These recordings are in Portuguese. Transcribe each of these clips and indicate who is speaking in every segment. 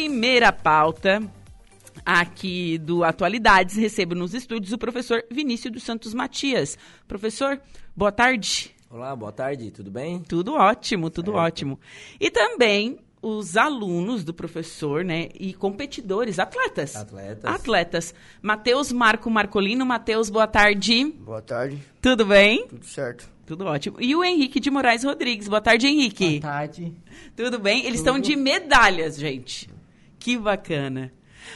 Speaker 1: Primeira pauta aqui do Atualidades. Recebo nos estúdios o professor Vinícius dos Santos Matias. Professor, boa tarde.
Speaker 2: Olá, boa tarde, tudo bem?
Speaker 1: Tudo ótimo, tudo ótimo. E também os alunos do professor, né, e competidores, atletas.
Speaker 2: Atletas.
Speaker 1: Atletas. Matheus Marco Marcolino. Matheus, boa tarde.
Speaker 3: Boa tarde,
Speaker 1: Tudo bem?
Speaker 3: tudo certo?
Speaker 1: Tudo ótimo. E o Henrique de Moraes Rodrigues. Boa tarde, Henrique.
Speaker 4: tarde.
Speaker 1: Tudo bem? Eles estão de medalhas, gente. Que bacana.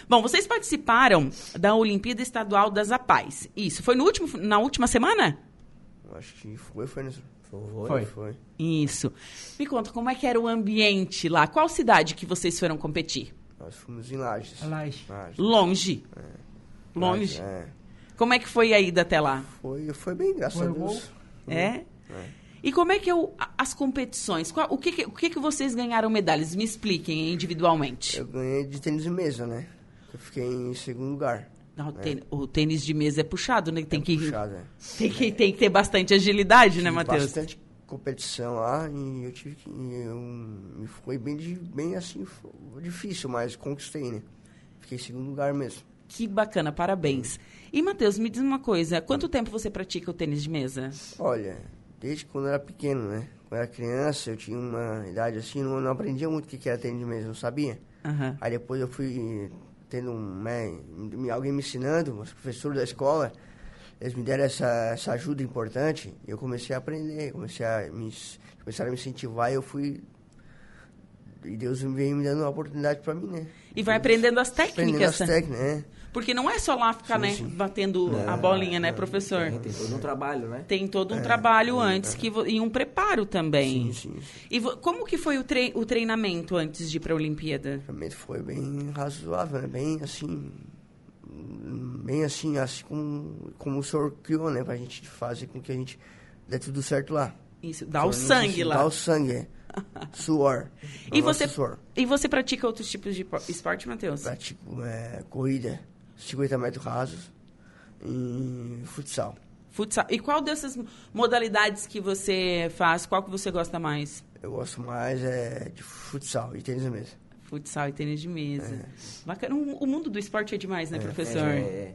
Speaker 1: Bom, vocês participaram da Olimpíada Estadual das Apais. Isso, foi no último, na última semana?
Speaker 3: Acho que foi, foi, nesse-
Speaker 2: Foi.
Speaker 4: Foi.
Speaker 3: foi.
Speaker 1: Isso. Me conta, como é que era o ambiente lá? Qual cidade que vocês foram competir?
Speaker 3: Nós fomos em Lages.
Speaker 4: Lages.
Speaker 3: Lages.
Speaker 1: Longe. Longe.
Speaker 3: É.
Speaker 1: Como é que foi a ida até lá?
Speaker 3: Foi, foi bem, graças
Speaker 4: Foi
Speaker 3: a Deus.
Speaker 1: É? E como é que é o- a- as competições? Qual- o que, que- o que, que vocês ganharam medalhas? Me expliquem individualmente.
Speaker 3: Eu ganhei de tênis de mesa, né? Eu fiquei em segundo lugar.
Speaker 1: Não, o, tênis, o tênis de mesa é puxado, né? Tem que
Speaker 3: Puxado, é.
Speaker 1: Tem que, tem que ter bastante agilidade, né,
Speaker 3: Tive
Speaker 1: Matheus?
Speaker 3: Bastante competição lá e eu tive que. e Eu, me foi bem, de- bem assim, foi difícil, mas conquistei, né? Fiquei em segundo lugar mesmo.
Speaker 1: Que bacana, parabéns. E, Matheus, me diz uma coisa: quanto tempo você pratica o tênis de mesa?
Speaker 3: Olha, desde quando eu era pequeno, né? Quando eu era criança, eu tinha uma idade assim, não, não aprendia muito o que que era tênis de mesa, não sabia?
Speaker 1: Aham.
Speaker 3: Aí depois eu fui tendo um, né, me- alguém me ensinando, os professores da escola, eles me deram essa, essa ajuda importante e eu comecei a aprender, comecei a me, ins- começaram a me incentivar e eu fui. E Deus veio me dando uma oportunidade pra mim, né?
Speaker 1: E vai aprendendo as
Speaker 3: Aprendendo
Speaker 1: técnicas.
Speaker 3: as técnicas, né?
Speaker 1: Porque não é só lá ficar, né, batendo a bolinha, né, professor?
Speaker 2: Ah, Tem, tem todo um trabalho, né?
Speaker 1: Tem todo um trabalho antes que vo- e um preparo também.
Speaker 3: É. Sim, sim, sim.
Speaker 1: E vo- como que foi o, trei- o treinamento antes de ir para a Olimpíada?
Speaker 3: Pra mim foi bem razoável, né? Bem assim. hum, Bem assim, assim como, como o senhor criou, né? Pra gente fazer com que a gente dê tudo certo lá.
Speaker 1: Isso, dá o
Speaker 3: Senhor,
Speaker 1: sangue
Speaker 3: isso,
Speaker 1: lá.
Speaker 3: Dá o sangue, é. Suor. É
Speaker 1: E
Speaker 3: o nosso
Speaker 1: você,
Speaker 3: Suor.
Speaker 1: e você pratica outros tipos de po- esporte, Matheus?
Speaker 3: Pratico é, corrida, 50 metros rasos e futsal.
Speaker 1: Futsal. E qual dessas modalidades que você faz, qual que você gosta mais?
Speaker 3: Eu gosto mais é, de futsal e tênis mesmo.
Speaker 1: Futsal e tênis de mesa. Bacana. O o mundo do esporte é demais, né, professor?
Speaker 2: É,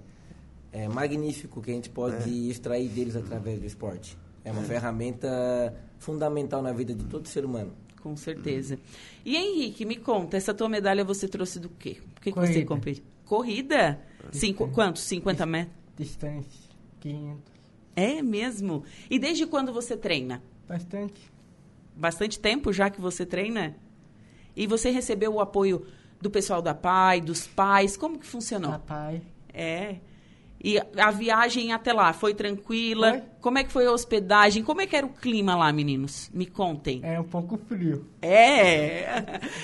Speaker 2: é, é magnífico que a gente pode
Speaker 1: É.
Speaker 2: extrair deles através do esporte. É uma ferramenta fundamental na vida de todo ser humano.
Speaker 1: Com certeza. E Henrique, me conta, essa tua medalha você trouxe do quê? O que, que
Speaker 4: Corrida.
Speaker 1: você competiu? Corrida? Cinco, quantos? 50 metros?
Speaker 4: Distância, 500.
Speaker 1: É mesmo? E desde quando você treina?
Speaker 4: Bastante.
Speaker 1: Bastante tempo já que você treina? E você recebeu o apoio do pessoal da PAI, dos pais? Como que funcionou?
Speaker 4: Papai.
Speaker 1: É. E a viagem até lá foi tranquila?
Speaker 4: Foi.
Speaker 1: Como é que foi a hospedagem? Como é que era o clima lá, meninos? Me contem.
Speaker 4: É um pouco frio.
Speaker 1: É,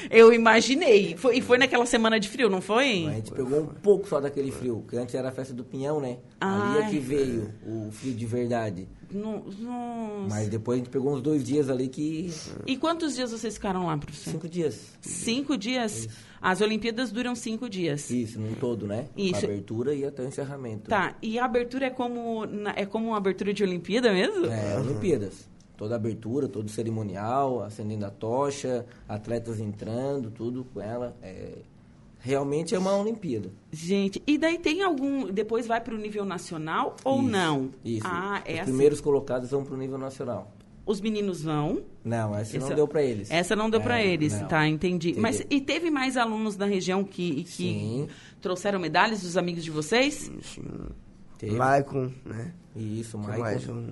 Speaker 1: eu imaginei. Foi- E foi naquela semana de frio, não
Speaker 2: A
Speaker 1: foi?
Speaker 2: gente pegou um pouco só daquele frio, que antes era a festa do pinhão, né? Ali
Speaker 1: Ai.
Speaker 2: é que veio o frio de verdade.
Speaker 1: No- Nossa.
Speaker 2: Mas depois a gente pegou uns dois dias ali que.
Speaker 1: E quantos dias vocês ficaram lá, professor?
Speaker 2: Cinco dias.
Speaker 1: Cinco dias? As Olimpíadas duram cinco dias.
Speaker 2: Isso, num todo, né? Com
Speaker 1: Isso.
Speaker 2: A abertura e até o encerramento.
Speaker 1: Tá, e a abertura é como, na- é como uma abertura de Olimpíada mesmo?
Speaker 2: É, Olimpíadas. Toda a abertura, todo o cerimonial, acendendo a tocha, atletas entrando, tudo com ela. É, realmente é uma Olimpíada.
Speaker 1: Gente, e daí tem algum. Depois vai para o nível nacional ou
Speaker 2: Isso,
Speaker 1: não?
Speaker 2: Isso.
Speaker 1: Ah, é
Speaker 2: Os
Speaker 1: assim.
Speaker 2: primeiros colocados vão pro nível nacional.
Speaker 1: Os meninos vão.
Speaker 2: Não, essa
Speaker 1: Essa-
Speaker 2: não deu pra eles.
Speaker 1: Essa não deu
Speaker 2: É,
Speaker 1: pra eles,
Speaker 2: não.
Speaker 1: tá? Entendi. Mas
Speaker 2: Entendeu?
Speaker 1: e teve mais alunos da região que, que
Speaker 2: Sim.
Speaker 1: trouxeram medalhas dos amigos de vocês?
Speaker 3: Assim,
Speaker 2: Teve.
Speaker 3: Maicon, né?
Speaker 2: Isso,
Speaker 3: Que
Speaker 2: Maicon.
Speaker 3: Mais um,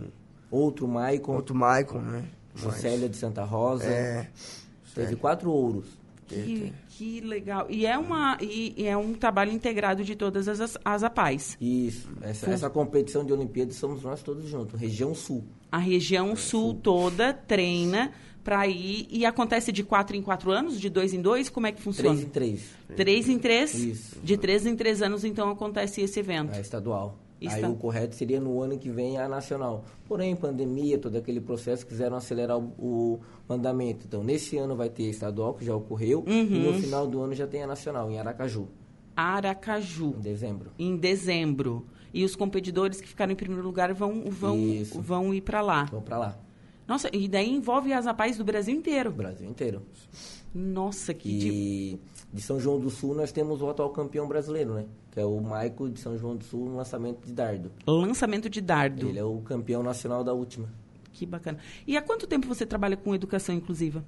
Speaker 2: Outro Maicon,
Speaker 3: outro Maicon, né?
Speaker 1: é
Speaker 3: Mais-
Speaker 2: Jocélia de Santa Rosa.
Speaker 3: É.
Speaker 2: Teve quatro ouros.
Speaker 1: Que, que legal. E é, uma, e, e é um trabalho integrado de todas as, as, as APAES.
Speaker 2: Isso. Essa, essa competição de Olimpíadas somos nós todos juntos, região sul.
Speaker 1: A região sul toda treina para ir. E acontece de quatro em quatro anos, de dois em dois? Como é que funciona?
Speaker 2: Três em três.
Speaker 1: Três em três?
Speaker 2: Isso.
Speaker 1: De três em três anos, então, acontece esse evento.
Speaker 2: A É estadual. Aí
Speaker 1: Esta-
Speaker 2: o correto seria no ano que vem a nacional. Porém, pandemia, todo aquele processo, quiseram acelerar o, o andamento. Então, nesse ano vai ter a estadual, que já ocorreu, e no
Speaker 1: Uhum.
Speaker 2: final do ano já tem a nacional, em Aracaju,
Speaker 1: Aracaju.
Speaker 2: em dezembro.
Speaker 1: em dezembro. E os competidores que ficaram em primeiro lugar vão, vão,
Speaker 2: Isso.
Speaker 1: vão ir para lá.
Speaker 2: Vamos pra lá.
Speaker 1: Nossa, e daí envolve as APAES do Brasil inteiro.
Speaker 2: O Brasil inteiro.
Speaker 1: Nossa, que tipo? de...
Speaker 2: E de São João do Sul nós temos o atual campeão brasileiro, né? Que é o Maico de São João do Sul no lançamento de dardo.
Speaker 1: lançamento de dardo.
Speaker 2: Ele é o campeão nacional da última.
Speaker 1: Que bacana. E há quanto tempo você trabalha com educação inclusiva?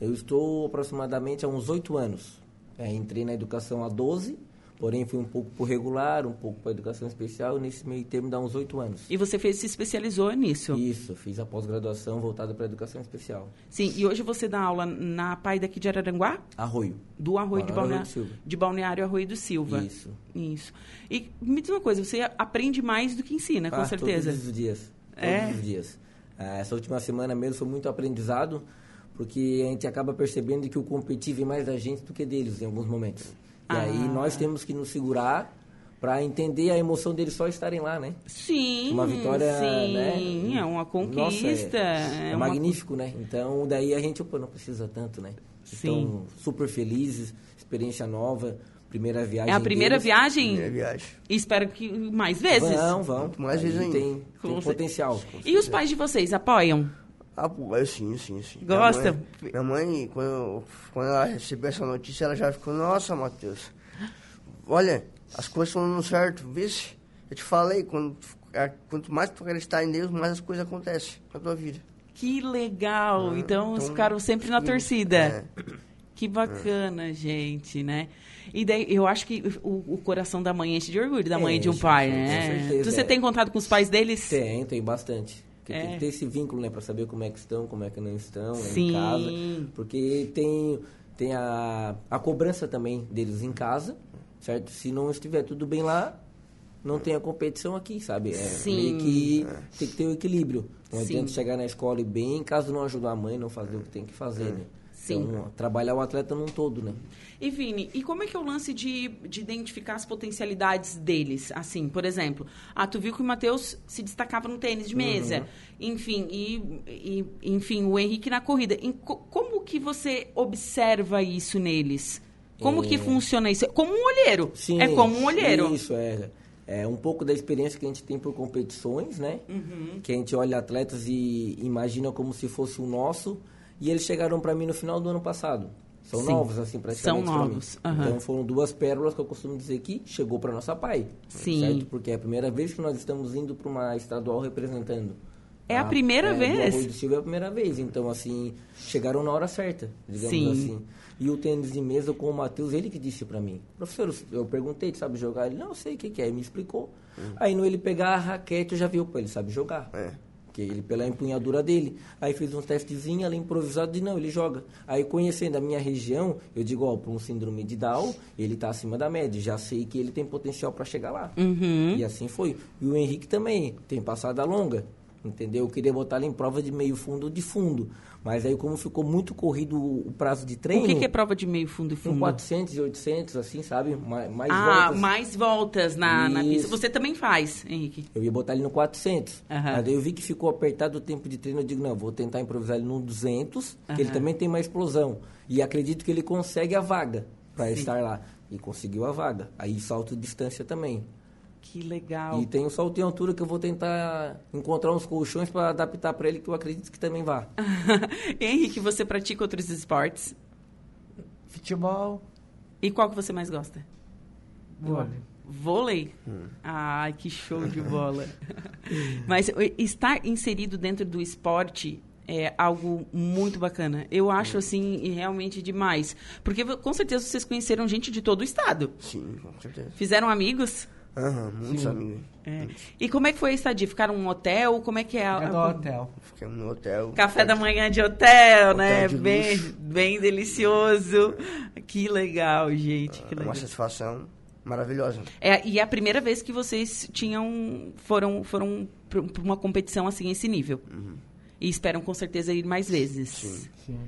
Speaker 2: Eu estou aproximadamente há uns oito anos. É, entrei na educação há 12, porém fui um pouco por regular, um pouco para educação especial, e nesse meio termo dá uns oito anos.
Speaker 1: E você fez, se especializou nisso.
Speaker 2: Isso, fiz a pós-graduação voltada para educação especial.
Speaker 1: Sim, e hoje você dá aula na PAI daqui de Araranguá?
Speaker 2: Arroio.
Speaker 1: Do Arroio de,
Speaker 2: Balneário Arroio
Speaker 1: Balnea...
Speaker 2: do Silva.
Speaker 1: de Balneário Arroio do Silva.
Speaker 2: Isso.
Speaker 1: Isso. E me diz uma coisa, você aprende mais do que ensina, É, com
Speaker 2: Ah,
Speaker 1: certeza.
Speaker 2: Todos os dias.
Speaker 1: É?
Speaker 2: Todos os dias. Ah, Essa última semana mesmo foi muito aprendizado, porque a gente acaba percebendo que o competir vem mais da gente do que deles em alguns momentos. E
Speaker 1: Ah.
Speaker 2: aí nós temos que nos segurar para entender a emoção deles só estarem lá, né?
Speaker 1: Sim,
Speaker 2: Uma vitória,
Speaker 1: Uhum, sim,
Speaker 2: né?
Speaker 1: é uma conquista.
Speaker 2: Nossa, é, é
Speaker 1: uma-
Speaker 2: magnífico, né? Então, daí a gente, opa, não precisa tanto, né?
Speaker 1: Sim.
Speaker 2: Estão super felizes, experiência nova, primeira viagem
Speaker 1: É a primeira
Speaker 2: deles.
Speaker 1: viagem?
Speaker 3: Minha viagem.
Speaker 1: E Espero que mais vezes.
Speaker 2: Vão, vão.
Speaker 3: Mais
Speaker 2: Aí
Speaker 3: vezes ainda.
Speaker 2: Tem,
Speaker 1: Com
Speaker 2: tem
Speaker 1: certeza.
Speaker 2: potencial.
Speaker 1: E os pais de vocês apoiam?
Speaker 3: Ah, pô, eu sim, sim, sim.
Speaker 1: Gosta?
Speaker 3: Minha mãe, minha mãe, quando, eu- quando ela recebeu essa notícia, ela já ficou, nossa, Matheus, olha, as coisas estão dando certo, vice. Eu te falei, quando, tu ficar- quanto mais tu acreditar em Deus, mais as coisas acontecem na tua vida.
Speaker 1: Que legal!
Speaker 2: Ah,
Speaker 1: então, eles
Speaker 3: então,
Speaker 1: ficaram sempre na
Speaker 3: sim,
Speaker 1: torcida.
Speaker 3: é.
Speaker 1: Que
Speaker 2: É.
Speaker 1: bacana, gente, né? E daí, eu acho que o, o coração da mãe enche de orgulho da mãe de um
Speaker 2: É, Enche,
Speaker 1: pai,
Speaker 2: com
Speaker 1: né?
Speaker 2: certeza,
Speaker 1: Você
Speaker 2: é.
Speaker 1: tem contato com os pais deles?
Speaker 2: Tem, tem bastante. Porque
Speaker 1: É.
Speaker 2: tem que ter esse vínculo, né? Pra saber como é que estão, como é que não estão né,
Speaker 1: Sim.
Speaker 2: em casa. Porque tem, tem a, a cobrança também deles em casa, certo? Se não estiver tudo bem lá, não tem a competição aqui, sabe? É
Speaker 1: Sim.
Speaker 2: meio que tem que ter o equilíbrio. Não
Speaker 1: Sim.
Speaker 2: adianta chegar na escola e bem, caso não ajudar a mãe, não fazer o que tem que fazer, né?
Speaker 1: É. Sim.
Speaker 2: Então, trabalhar o atleta num todo, né?
Speaker 1: E Vini, e como é que é o lance de, de identificar as potencialidades deles? Assim, por exemplo, ah, tu viu que o Matheus se destacava no tênis de mesa,
Speaker 2: Uhum.
Speaker 1: enfim, e, e- enfim, o Henrique na corrida. Em co- como que você observa isso neles? Como que funciona isso? Como um olheiro.
Speaker 2: É. Sim,
Speaker 1: é como um olheiro.
Speaker 2: Isso, é. É um pouco da experiência que a gente tem por competições, né?
Speaker 1: Uhum.
Speaker 2: Que a gente olha atletas e imagina como se fosse o nosso. E eles chegaram para mim no final do ano passado. São
Speaker 1: Sim.
Speaker 2: novos, assim, praticamente.
Speaker 1: São
Speaker 2: pra mim.
Speaker 1: novos, aham.
Speaker 2: Então foram duas pérolas que eu costumo dizer que chegou para nossa pai.
Speaker 1: Sim.
Speaker 2: Certo? Porque é a primeira vez que nós estamos indo para uma estadual representando. Tá?
Speaker 1: É a primeira
Speaker 2: do
Speaker 1: vez?
Speaker 2: Arroio do Silva é a primeira vez. Então, assim, chegaram na hora certa, digamos
Speaker 1: Sim.
Speaker 2: assim. E o tênis de mesa com o Matheus, ele que disse pra mim. Professor, eu perguntei, tu sabe jogar? Ele, não sei o que, que é, ele me explicou. Aí, no ele pegar a raquete, eu já vi, opa, ele sabe jogar.
Speaker 3: É.
Speaker 2: Porque ele, pela empunhadura dele. Aí fiz um testezinho, ela improvisado, e não, ele joga. Aí, conhecendo a minha região, eu digo, ó, para um síndrome de Down, ele tá acima da média. Já sei que ele tem potencial para chegar lá.
Speaker 1: Uhum.
Speaker 2: E assim foi. E o Henrique também, tem passada longa. Entendeu? Eu queria botar ele em prova de meio fundo ou de fundo. Mas aí, como ficou muito corrido o o prazo de treino.
Speaker 1: O que, que é prova de meio fundo e
Speaker 2: com
Speaker 1: fundo?
Speaker 2: 400 e 800, assim, sabe? Mais, mais
Speaker 1: ah,
Speaker 2: voltas.
Speaker 1: mais voltas na, na pista.
Speaker 2: Isso.
Speaker 1: Você também faz, Henrique.
Speaker 2: Eu ia botar ele no 400.
Speaker 1: Aham.
Speaker 2: Mas daí eu vi que ficou apertado o tempo de treino. Eu digo, não, vou tentar improvisar ele no 200,
Speaker 1: Aham.
Speaker 2: que ele também tem mais explosão. E acredito que ele consegue a vaga para estar lá. E conseguiu a vaga. Aí salto de distância também.
Speaker 1: Que legal.
Speaker 2: E tem o salto em altura que eu vou tentar encontrar uns colchões para adaptar para ele, que eu acredito que também vá.
Speaker 1: Henrique, você pratica outros esportes?
Speaker 4: Futebol,
Speaker 1: E qual que você mais gosta?
Speaker 4: vôlei.
Speaker 1: Vôlei?
Speaker 3: Hum.
Speaker 1: Ai, que show de bola. Mas o- estar inserido dentro do esporte é algo muito bacana. Eu acho,
Speaker 3: Hum.
Speaker 1: assim, e realmente demais. Porque vo- com certeza vocês conheceram gente de todo o estado.
Speaker 3: Sim, com certeza.
Speaker 1: Fizeram amigos?
Speaker 3: Aham, muitos amigos.
Speaker 1: É. E como é que foi a estadia? Ficaram num hotel? Como é que é a...
Speaker 4: É do hotel.
Speaker 3: Ficamos no hotel.
Speaker 1: Café da manhã de hotel, né?
Speaker 3: de
Speaker 1: bem,
Speaker 3: luxo.
Speaker 1: bem delicioso. Que legal, gente. Que legal.
Speaker 3: Uma satisfação maravilhosa.
Speaker 1: É, e é a primeira vez que vocês tinham foram foram para uma competição assim esse nível.
Speaker 2: Uhum.
Speaker 1: E esperam com certeza ir mais vezes.
Speaker 4: Sim.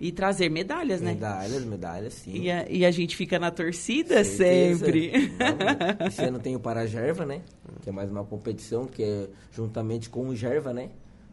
Speaker 1: E trazer medalhas, né?
Speaker 2: Medalhas, medalhas, sim.
Speaker 1: E a, e a gente fica na torcida
Speaker 2: Certeza.
Speaker 1: sempre. Hum.
Speaker 2: Vamos. Esse ano tem o Paragerva, né? Que é mais uma competição que é juntamente com o Gerva, né?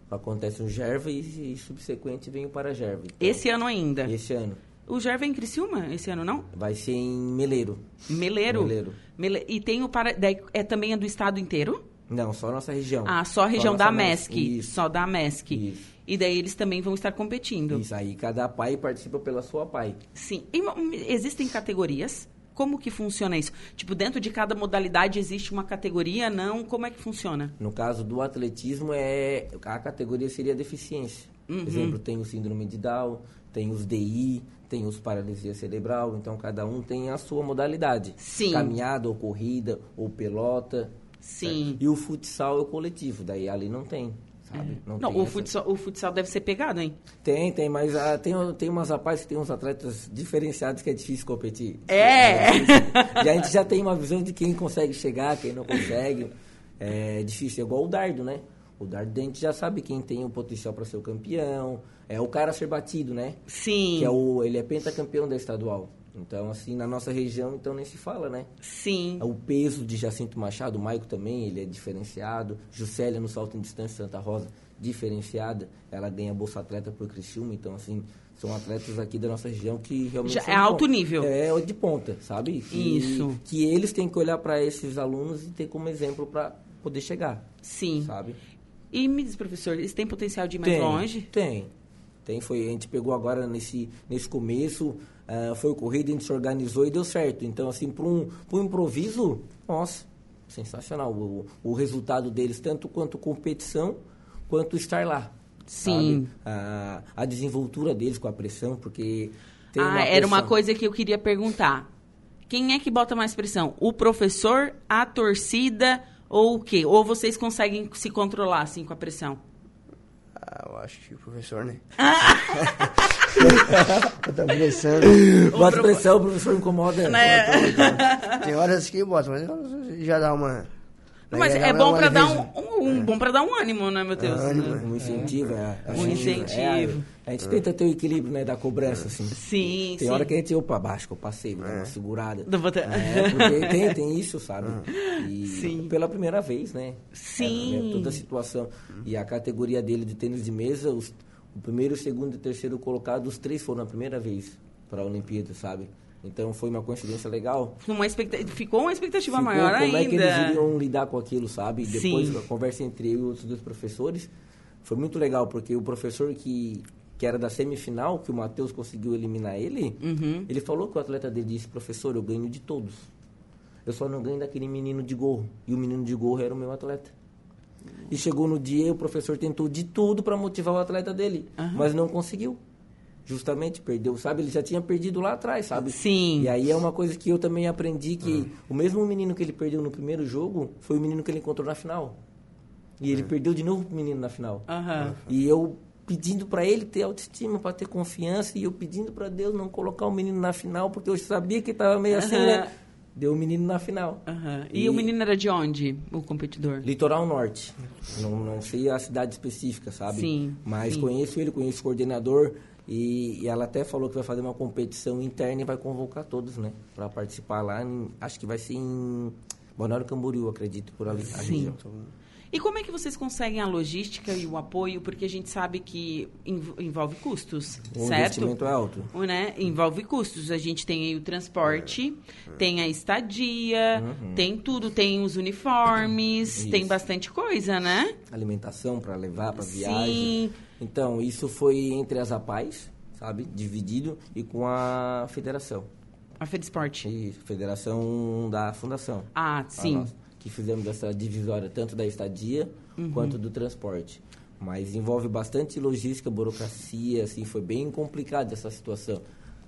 Speaker 2: Acontece o Gerva e, e subsequente vem o Paragerva. Então,
Speaker 1: Esse ano ainda.
Speaker 2: esse ano.
Speaker 1: O Jair vem em Criciúma esse ano, não?
Speaker 2: Vai ser em Meleiro.
Speaker 1: Meleiro.
Speaker 2: Meleiro.
Speaker 1: Mele- E tem o para... daí é também é do estado inteiro?
Speaker 2: Não, só a nossa região.
Speaker 1: Ah, só a região
Speaker 2: nossa
Speaker 1: da
Speaker 2: mes-
Speaker 1: MESC.
Speaker 2: Isso.
Speaker 1: Só da MESC.
Speaker 2: Isso.
Speaker 1: E daí eles também vão estar competindo.
Speaker 2: Isso aí, cada pai participa pela sua pai.
Speaker 1: Sim. E mo- existem categorias? Como que funciona isso? Tipo, dentro de cada modalidade existe uma categoria? Não? Como é que funciona?
Speaker 2: No caso do atletismo, é a categoria seria deficiência.
Speaker 1: Uhum.
Speaker 2: Por exemplo, tem o síndrome de Down, tem os DI, tem os paralisia cerebral. Então, cada um tem a sua modalidade.
Speaker 1: Sim.
Speaker 2: Caminhada, ou corrida, ou pelota.
Speaker 1: Sim. Uhum.
Speaker 2: E o futsal é o coletivo, daí ali não tem, sabe?
Speaker 1: Não,
Speaker 2: tem
Speaker 1: o,
Speaker 2: essa-
Speaker 1: futsal, o futsal deve ser pegado, hein?
Speaker 2: Tem, tem, mas ah, tem, tem umas rapazes que tem uns atletas diferenciados que é difícil competir.
Speaker 1: É.
Speaker 2: difícil. E a gente já tem uma visão de quem consegue chegar, quem não consegue. É difícil, é igual o dardo, né? O dardo a gente já sabe quem tem o potencial para ser o campeão. É o cara a ser batido, né?
Speaker 1: Sim.
Speaker 2: Que é o, ele é pentacampeão da estadual. Então, assim, na nossa região, então nem se fala, né?
Speaker 1: Sim.
Speaker 2: O peso de Jacinto Machado, o Maico também, ele é diferenciado. Juscelia no salto em distância Santa Rosa, diferenciada. Ela ganha Bolsa Atleta por Criciúma, então, assim, são atletas aqui da nossa região que realmente.
Speaker 1: Já
Speaker 2: são
Speaker 1: é
Speaker 2: de
Speaker 1: alto
Speaker 2: ponta.
Speaker 1: nível.
Speaker 2: É, de ponta, sabe? Que-
Speaker 1: Isso.
Speaker 2: Que eles têm que olhar para esses alunos e ter como exemplo para poder chegar,
Speaker 1: Sim.
Speaker 2: sabe?
Speaker 1: E me diz, professor, eles têm potencial de ir mais longe?
Speaker 2: Tem. Tem, foi, a gente pegou agora nesse, nesse começo, ah, foi corrida, a gente se organizou e deu certo. Então, assim, para um, pra um improviso, nossa, sensacional. O, o resultado deles, tanto quanto competição, quanto estar lá.
Speaker 1: Sim.
Speaker 2: sabe? A, a desenvoltura deles com a pressão, porque. tem
Speaker 1: ah, era uma
Speaker 2: pressão.
Speaker 1: coisa que eu queria perguntar. Quem é que bota mais pressão? O professor, a torcida ou o quê? Ou vocês conseguem se controlar assim com a pressão?
Speaker 3: Ah, eu acho que o professor, né?
Speaker 1: Ah!
Speaker 3: eu tô pensando.
Speaker 2: Bota pressão, o professor incomoda.
Speaker 1: Né?
Speaker 2: É.
Speaker 3: Tem horas que bota, mas eu- já dá uma.
Speaker 1: Mas
Speaker 3: já
Speaker 1: é
Speaker 3: dá
Speaker 1: bom
Speaker 3: uma
Speaker 1: para dar
Speaker 3: leveza.
Speaker 1: um,
Speaker 2: É.
Speaker 1: um- bom para dar um ânimo, né, meu Deus?
Speaker 3: Ânimo.
Speaker 2: Um incentivo, é. é,
Speaker 1: Um incentivo.
Speaker 2: é, a gente tenta ter o equilíbrio né, da cobrança, assim.
Speaker 1: Sim,
Speaker 2: Tem
Speaker 1: sim.
Speaker 2: hora que a gente, opa, abaixo, que eu passei, vou dar uma segurada.
Speaker 1: Não vou ter- Ah.
Speaker 2: É, porque tem, tem isso, sabe? E
Speaker 1: Sim.
Speaker 2: pela primeira vez, né?
Speaker 1: Sim.
Speaker 2: É, né, toda a situação. E a categoria dele de tênis de mesa, os- o primeiro, o segundo e o terceiro colocado, os três foram a primeira vez para a Olimpíada, sabe? Então foi uma coincidência legal.
Speaker 1: Uma expecta- Ficou uma expectativa
Speaker 2: Ficou,
Speaker 1: maior
Speaker 2: como
Speaker 1: ainda.
Speaker 2: é que eles iriam lidar com aquilo, sabe? E depois
Speaker 1: Sim.
Speaker 2: a conversa entre eu e outros dois professores foi muito legal, porque o professor que, que era da semifinal, que o Matheus conseguiu eliminar ele,
Speaker 1: Uhum.
Speaker 2: ele falou que o atleta dele disse, professor, eu ganho de todos. Eu só não ganho daquele menino de gorro. E o menino de gorro era o meu atleta. E chegou no dia, o professor tentou de tudo para motivar o atleta dele, mas não conseguiu. Justamente perdeu, sabe? Ele já tinha perdido lá atrás, sabe?
Speaker 1: Sim.
Speaker 2: E aí é uma coisa que eu também aprendi que o mesmo menino que ele perdeu no primeiro jogo foi o menino que ele encontrou na final. E ele perdeu de novo pro menino na final.
Speaker 1: Aham.
Speaker 2: E eu pedindo para ele ter autoestima, para ter confiança, e eu pedindo para Deus não colocar o menino na final, porque eu sabia que tava meio assim,
Speaker 1: Aham.
Speaker 2: né? Deu o menino na final.
Speaker 1: aham. E, o menino era de onde? O competidor?
Speaker 2: Litoral Norte. Não, não sei a cidade específica, sabe?
Speaker 1: Sim,
Speaker 2: Mas
Speaker 1: sim.
Speaker 2: conheço ele, conheço o coordenador. E, e ela até falou que vai fazer uma competição interna e vai convocar todos, né? Pra participar lá. em- acho que vai ser em Balneário Camboriú, acredito, por ali. a
Speaker 1: Sim.
Speaker 2: região.
Speaker 1: E como é que vocês conseguem a logística e o apoio? Porque a gente sabe que env- envolve custos,
Speaker 2: O
Speaker 1: certo?
Speaker 2: investimento é alto.
Speaker 1: O, né, Envolve custos. A gente tem aí o transporte,
Speaker 2: É.
Speaker 1: tem a estadia, tem tudo, tem os uniformes,
Speaker 2: Uhum. Isso.
Speaker 1: tem bastante coisa, né?
Speaker 2: alimentação para levar para
Speaker 1: Sim.
Speaker 2: viagem. Então, isso foi entre as APAES, sabe? Dividido e com a federação.
Speaker 1: A Fedesporte.
Speaker 2: E federação da fundação.
Speaker 1: Ah,
Speaker 2: a
Speaker 1: sim.
Speaker 2: nossa, que fizemos essa divisória tanto da estadia
Speaker 1: Uhum.
Speaker 2: quanto do transporte. Mas envolve bastante logística, burocracia, assim, foi bem complicada essa situação.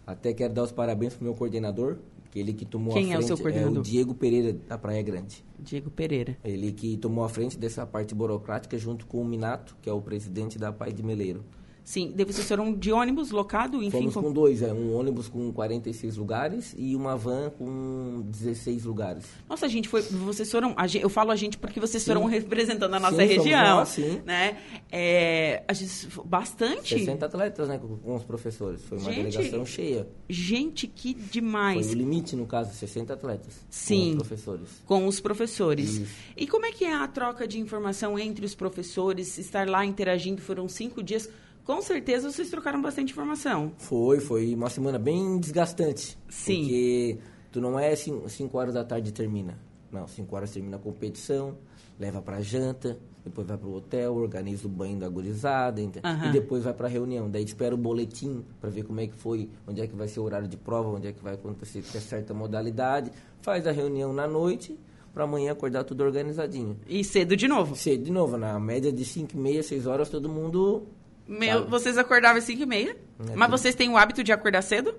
Speaker 2: Até quero dar os parabéns pro meu coordenador, que ele que tomou
Speaker 1: Quem é
Speaker 2: a
Speaker 1: o
Speaker 2: frente,
Speaker 1: seu coordenador?
Speaker 2: o Diego Pereira da Praia Grande.
Speaker 1: Diego Pereira.
Speaker 2: Ele que tomou a frente dessa parte burocrática junto com o Minato, que é o presidente da Pai de Meleiro.
Speaker 1: Sim, daí vocês foram de ônibus locado, enfim.
Speaker 2: Fomos
Speaker 1: com-
Speaker 2: com dois, é, um ônibus com 46 lugares e uma van com 16 lugares.
Speaker 1: Nossa, a gente foi. Vocês foram. a gen- eu falo a gente porque vocês foram representando a nossa
Speaker 2: Sim, somos
Speaker 1: região.
Speaker 2: nós, sim.
Speaker 1: Né? É, a gente, bastante.
Speaker 2: 60 atletas, né, com, com os professores. Foi uma
Speaker 1: Gente.
Speaker 2: delegação cheia.
Speaker 1: Gente, que
Speaker 2: Foi
Speaker 1: demais.
Speaker 2: o limite, no caso, 60 atletas
Speaker 1: Sim.
Speaker 2: com os professores.
Speaker 1: Com os professores.
Speaker 2: Isso.
Speaker 1: E como é que é a troca de informação entre os professores? Estar lá interagindo foram cinco dias. Com certeza vocês trocaram bastante informação.
Speaker 2: Foi, foi uma semana bem desgastante.
Speaker 1: Sim.
Speaker 2: Porque tu não é 5 horas da tarde e termina. Não, 5 horas termina a competição, leva para janta, depois vai para o hotel, organiza o banho da gurizada, ente-
Speaker 1: Aham.
Speaker 2: e depois vai para reunião. Daí espera o boletim para ver como é que foi, onde é que vai ser o horário de prova, onde é que vai acontecer que é certa modalidade. Faz a reunião na noite para amanhã acordar tudo organizadinho.
Speaker 1: E cedo de novo.
Speaker 2: Cedo, de novo, na média de 5 e meia, 6 horas, todo mundo...
Speaker 1: Meu,
Speaker 2: Sabe.
Speaker 1: vocês acordavam às 5 e meia,
Speaker 2: É,
Speaker 1: mas vocês têm o hábito de acordar cedo?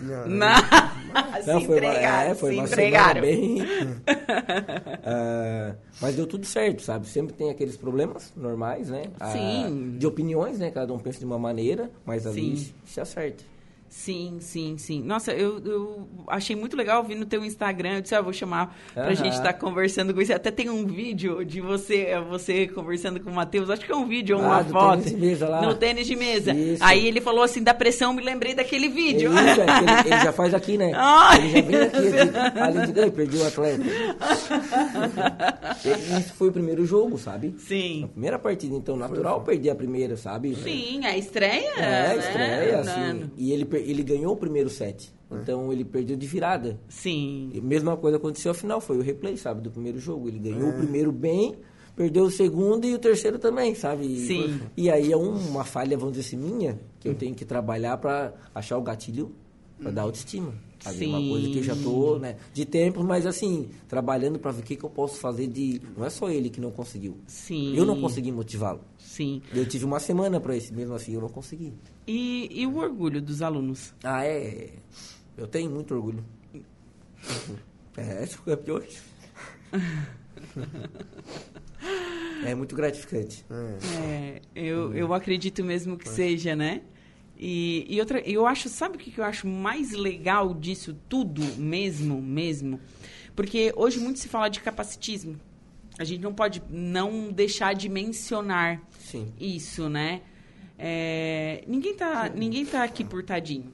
Speaker 3: Não,
Speaker 1: Não. se
Speaker 2: Não, foi uma-
Speaker 1: entregaram,
Speaker 2: é, foi
Speaker 1: se
Speaker 2: uma
Speaker 1: entregaram.
Speaker 2: semana bem... Ah, mas deu tudo certo, sabe? Sempre tem aqueles problemas normais, né? Ah,
Speaker 1: Sim.
Speaker 2: de opiniões, né? Cada um pensa de uma maneira, mas ali é
Speaker 1: Sim.
Speaker 2: se acerta.
Speaker 1: Sim, sim, sim. Nossa, eu, eu achei muito legal ouvir no teu Instagram. Eu disse, ah, vou chamar pra
Speaker 2: Aham.
Speaker 1: gente estar conversando com isso. Até tem um vídeo de você é, você conversando com o Matheus. Acho que é um vídeo ou uma
Speaker 2: Ah, do
Speaker 1: foto.
Speaker 2: tênis de mesa lá.
Speaker 1: No tênis de mesa.
Speaker 2: Isso.
Speaker 1: Aí ele falou assim, da pressão, me lembrei daquele vídeo.
Speaker 2: É isso, é que ele, ele já faz aqui, né?
Speaker 1: Ai.
Speaker 2: Ele já vem aqui, aqui. ali de "Ai, perdi o atleta. E Isso foi o primeiro jogo, sabe? A
Speaker 1: Sim.
Speaker 2: primeira partida, então, natural perder a primeira, sabe?
Speaker 1: Sim, a estreia.
Speaker 2: É,
Speaker 1: né? Hum.
Speaker 2: estreia,
Speaker 1: Na-
Speaker 2: assim. E ele, per- ele ganhou o primeiro set. Então, ele perdeu de virada.
Speaker 1: Sim.
Speaker 2: E a mesma coisa aconteceu ao final, foi o replay, sabe, do primeiro jogo. Ele ganhou o
Speaker 1: É.
Speaker 2: primeiro bem, perdeu o segundo e o terceiro também, sabe? E,
Speaker 1: Sim.
Speaker 2: E aí é um- uma falha, vamos dizer assim, minha, que eu tenho que trabalhar pra achar o gatilho pra dar autoestima. Sabe? é Uma coisa que eu já tô, né, de tempo, mas assim, trabalhando pra ver o que, que eu posso fazer de... Não é só ele que não conseguiu.
Speaker 1: Sim.
Speaker 2: Eu não consegui motivá-lo.
Speaker 1: Sim.
Speaker 2: Eu tive uma semana pra isso, mesmo assim eu não consegui.
Speaker 1: E, e o orgulho dos alunos?
Speaker 2: Ah, é... Eu tenho muito orgulho. É, esse foi o de hoje. É muito gratificante.
Speaker 1: É, eu, eu acredito mesmo que seja, né? E, e outra, eu acho, sabe o que que eu acho mais legal disso tudo mesmo, mesmo? Porque hoje muito se fala de capacitismo. A gente não pode não deixar de mencionar
Speaker 2: Sim.
Speaker 1: isso, né? É, ninguém, tá, ninguém tá aqui por tadinho.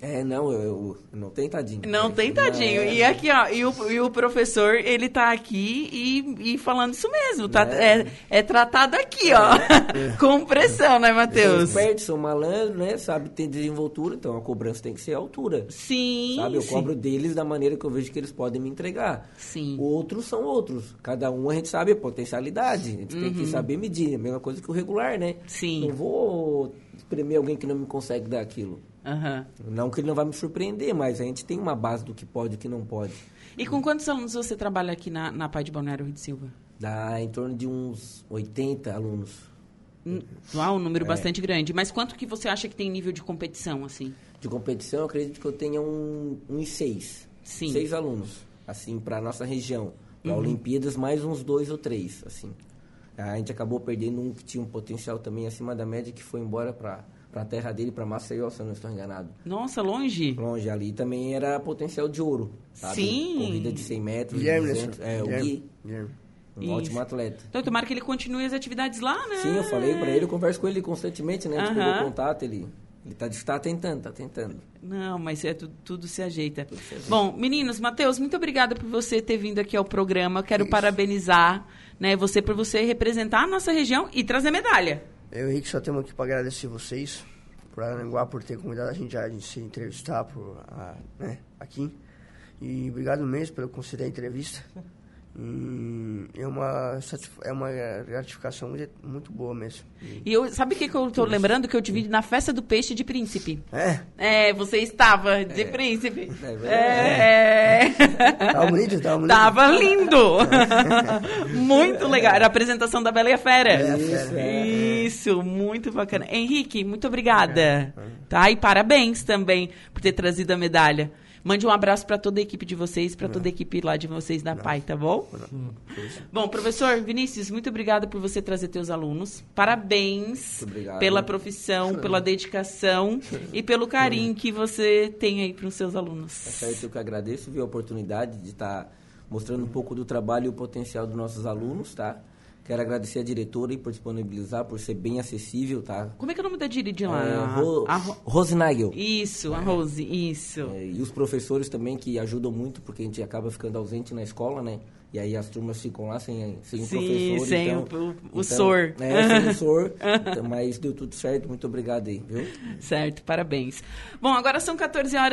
Speaker 2: É, não, eu, eu- não tem tadinho.
Speaker 1: Não tem tadinho.
Speaker 2: É,
Speaker 1: E aqui, ó, e o, e o professor, ele tá aqui e, e falando isso mesmo. Tá, é.
Speaker 2: Né? É.
Speaker 1: é tratado aqui, ó. Com pressão, né,
Speaker 2: São
Speaker 1: Matheus?
Speaker 2: espertos, são malandros, né? Sabe, tem desenvoltura, então a cobrança tem que ser à altura.
Speaker 1: Sim.
Speaker 2: sabe, eu
Speaker 1: sim.
Speaker 2: cobro deles da maneira que eu vejo que eles podem me entregar.
Speaker 1: Sim.
Speaker 2: Outros são outros. Cada um a gente sabe a potencialidade. A gente tem que saber medir. É a mesma coisa que o regular, né?
Speaker 1: Sim.
Speaker 2: Não vou espremer alguém que não me consegue dar aquilo.
Speaker 1: Aham.
Speaker 2: Não que ele não vai me surpreender, mas a gente tem uma base do que pode e que não pode.
Speaker 1: E com quantos alunos você trabalha aqui na, na Pai de Balneário Rio de Silva?
Speaker 2: Dá em torno de uns 80 alunos
Speaker 1: Hum, Uau, um
Speaker 2: É.
Speaker 1: número bastante grande. Mas quanto que você acha que tem nível de competição, assim?
Speaker 2: de competição. Eu acredito que eu tenha um, uns seis.
Speaker 1: Sim. Uhum.
Speaker 2: Seis alunos, assim, para nossa região. Para Olimpíadas, mais uns dois ou três, assim. A gente acabou perdendo um que tinha um potencial também acima da média, que foi embora para a terra dele, para Maceió, se eu não estou enganado.
Speaker 1: Nossa, longe?
Speaker 2: Longe ali também era potencial de ouro, sabe?
Speaker 1: Sim.
Speaker 2: Corrida de 100 metros,
Speaker 3: Guilherme, né,
Speaker 2: 200,
Speaker 3: senhor?
Speaker 2: é, o
Speaker 3: Guilherme,
Speaker 2: Gui,
Speaker 3: Guilherme.
Speaker 2: um
Speaker 1: Isso.
Speaker 2: ótimo atleta.
Speaker 1: Então, tomara que ele continue as atividades lá, né?
Speaker 2: Sim, eu falei pra ele, eu converso com ele constantemente, né? A gente
Speaker 1: Aham.
Speaker 2: pegou contato, ele, ele tá, tá tentando, tá tentando.
Speaker 1: Não, mas é tu- tudo se ajeita. Bom, meninos, Matheus, muito obrigada por você ter vindo aqui ao programa. Eu Quero parabenizar né, você por você representar a nossa região e trazer medalha.
Speaker 3: Eu e o Henrique só temos aqui para agradecer vocês, por Aranguá, por ter convidado a gente a se entrevistar por, a- né, aqui. E obrigado mesmo pelo conceder a entrevista. E é uma, satisfa- é uma gratificação muito, muito boa mesmo. E-
Speaker 1: E eu, sabe o que, que eu tô lembrando? Que eu dividi na festa do peixe de príncipe.
Speaker 3: É,
Speaker 1: É, você estava de príncipe.
Speaker 2: verdade.
Speaker 1: É. tá
Speaker 3: tava bonito, tava bonito.
Speaker 1: Tava lindo. muito legal. Era a apresentação da Bela e a Fera. é.
Speaker 3: Isso,
Speaker 1: Isso, muito bacana. Henrique, muito obrigada. Tá? E parabéns também por ter trazido a medalha. Mande um abraço para toda a equipe de vocês, para toda a equipe lá de vocês da PAI, tá bom? Bom, professor Vinícius, muito obrigada por você trazer teus alunos. Parabéns
Speaker 2: Muito obrigado.
Speaker 1: pela profissão, pela dedicação e pelo carinho que você tem aí para os seus
Speaker 2: Tá
Speaker 1: alunos.
Speaker 2: certo, eu que agradeço, viu, a oportunidade de estar mostrando um pouco do trabalho e o potencial dos nossos alunos, tá? Quero agradecer a diretora e por disponibilizar, por ser bem acessível, tá?
Speaker 1: Como é que é o nome da Diridian lá?
Speaker 2: É, Ro-
Speaker 1: A Ro-
Speaker 2: Rosenagel.
Speaker 1: Isso, a Rose, isso.
Speaker 2: É, e os professores também que ajudam muito, porque a gente acaba ficando ausente na escola, né? E aí as turmas ficam lá sem, sem o
Speaker 1: Sim,
Speaker 2: professor.
Speaker 1: sem
Speaker 2: então,
Speaker 1: o- o- o sor.
Speaker 2: É, sem o SOR. então, mas deu tudo certo, muito obrigado aí, viu?
Speaker 1: Certo, parabéns. Bom, agora são 14 horas.